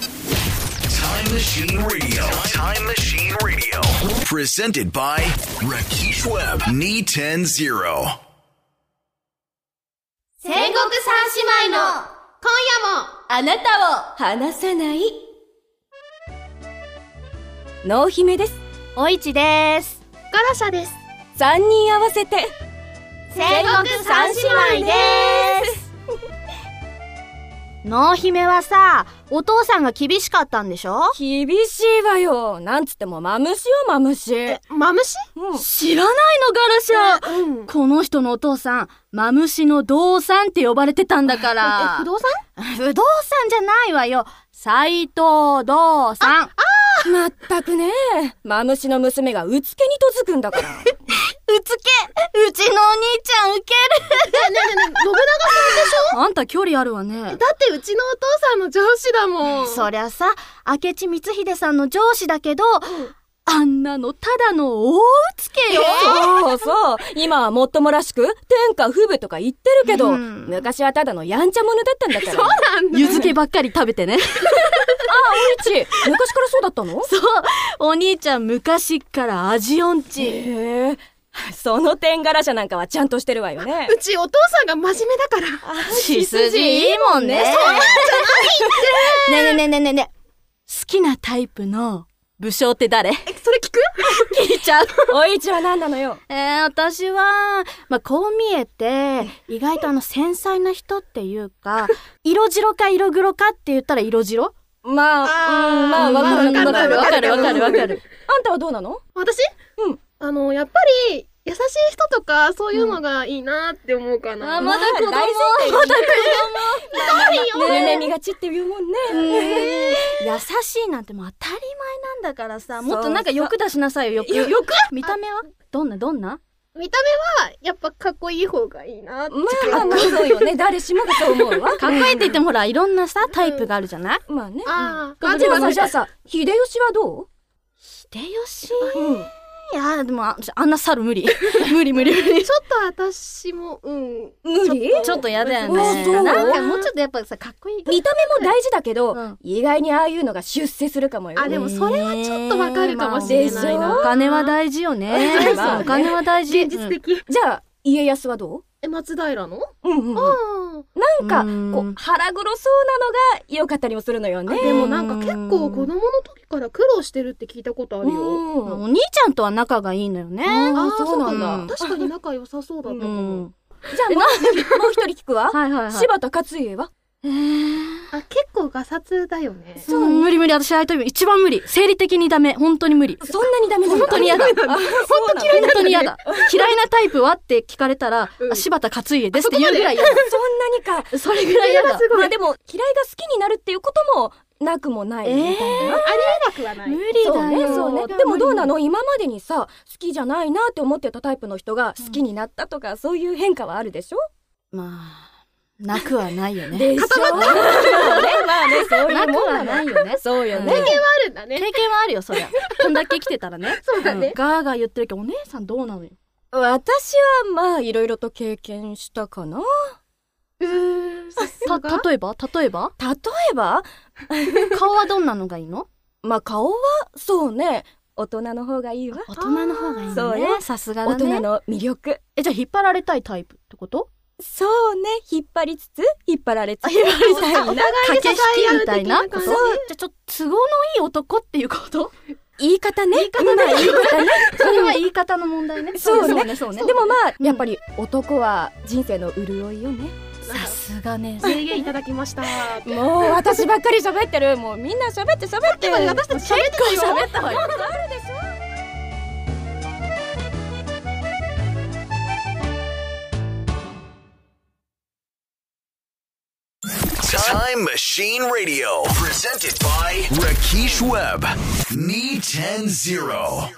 Time Machine Radio. Time Machine Radio. Presented by Rakesh Webb. E Knee 10 0. 戦国三姉妹の今夜もあなたを離さない濃姫ですおいちですガラシャです3人合わせて戦国三姉妹です濃姫はさお父さんが厳しかったんでしょ厳しいわよなんつってもマムシよマムシえマムシうん知らないのガラシャ、うんこの人のお父さんマムシの動産って呼ばれてたんだ かえら不動産 不動産じゃないわよ斎藤道産まったくねマムシの娘がうつけにとづくんだか らうつけうちのお兄ちゃんウケえ ねえねえねえ信長さんでしるあんた距離あるわねょだってうちのお父さんの上司だもんそりゃさ明智光秀さんの上司だけど、あんなのただの大うつけよそうそう今はもっともらしく天下不武とか言ってるけど、うん昔はただのやんちゃ者だったんだからそうななんだ湯漬けばっかり食べ てねおいち昔からそうだったのそうお兄ちゃん昔っから味音痴へえその点柄者なんかはちゃんとしてるわよねうちお父さんが真面目だから血筋いいもんねそうなんじゃないって ねえねえねえねえねえ好きなタイプの武将って誰えそれ聞く聞いち ゃうおいちは何なのよえー、私は、まあ、こう見えて、意外とあの、繊細な人っていうか、 色白か色黒かって言ったら色白まあ、うん、まあ、あーわかる、まあわかる、わわかかる、るわわかかる、るわわかかるる。あんたはどうなの 私うんあのやっぱり優しい人とかそういうのがいいなって思うかな、まだ子供、まだ子供。ねねみがちって言うもんね。優しいなんてもう当たり前なんだからさ、もっとなんか欲出しなさいよ、欲。欲見た目はどんな、どんな見た目はやっぱかっこいい方がいいなってまあ、まあ、そうよね。誰しもがそう思うわ。かっこいいって言ってもほら、いろんなさ、タイプがあるじゃないまあね。ああ、あ、でもさ、じゃあさ、秀吉はどう秀吉うん。いや、でもあ、あんな猿無理。無理無理無 理。ちょっと私も、うん。無理ちょっと嫌だよあね。そうなんかもうちょっとやっぱさ、かっこいい。見た目も大事だけうどん、意外にああいうのが出世するかもよ。あでもそれはちょっとわかるかもしれないなえーまあお金は大事よね。まあねお金は大事。現実的。じゃあ、家康はどえ、松平のううんうん。あなんか、こう、うん腹黒そうなのが良かったりもするのよあ。ね。でもなんか結構子供の時から苦労してるって聞いたことあるよ。ううんんお兄ちゃんとは仲がいいのよね。ああーーそうなんだっか確かに仲良さそうだったうかも。ん。じゃあもう、もう一人聞くわ。はいはいはい。柴田勝家はあ、結構ガサツだよね。そう、無理無理。私、ああいうタイプ一番無理。生理的にダメ。本当に無理。そんなにダメなの本当に嫌だ。本当当に嫌だ。嫌いなタイプはって聞かれたら、あ柴田勝家ですって言うぐらい嫌だ。そんなにか。それぐらい嫌だ。まあでも、嫌いが好きになるっていうこともなくもないみたいな。なくはな無い。理そうだね、よ。そうね。でもどうなの今までにさ、好きじゃないなって思ってたタイプの人が好きになったとか、そういう変化はあるでしょまあ、なくはないよね。でしょ固まったね、まあね、 そういなうくもんはなの。ないよね。そうようんね。あるんだ経ね。験はあるよ、そりゃ。こんだけ生きてたらね。そうだんね。ガーガー言ってるけど、お姉さんどうなのよ。私はまあ、いろいろと経験したかな。うーん。さすた、が。例えば例えば例えば、顔はどんなのがいいのまあ顔は、そうね、大人の方がいいわ。大人の方がいいのね。そうよさすが大だ人ね。の魅力。え、じゃあ引っ張られたいタイプってことそうね、引っ張りつつ、引っ張られつつ。引っ張りつつみたいな駆け引きみたいなお互いに支え合う的なこと感じそうじゃあちょっと都合のいい男っていうこと言い方ね。言い方ね。言い方ね。それは言い方の問題ね。そうねね、そうね。ででも、もまあ、うんやっぱり男は人生の潤いよね。なんさかすがね。名言いただきました。もう私ばっかり喋ってる。もうみんな喋って喋って。私たち喋ってたよ。 ったわよ。 Time Machine E Radio. Presented by Rakesh Webb. Knee 10 0.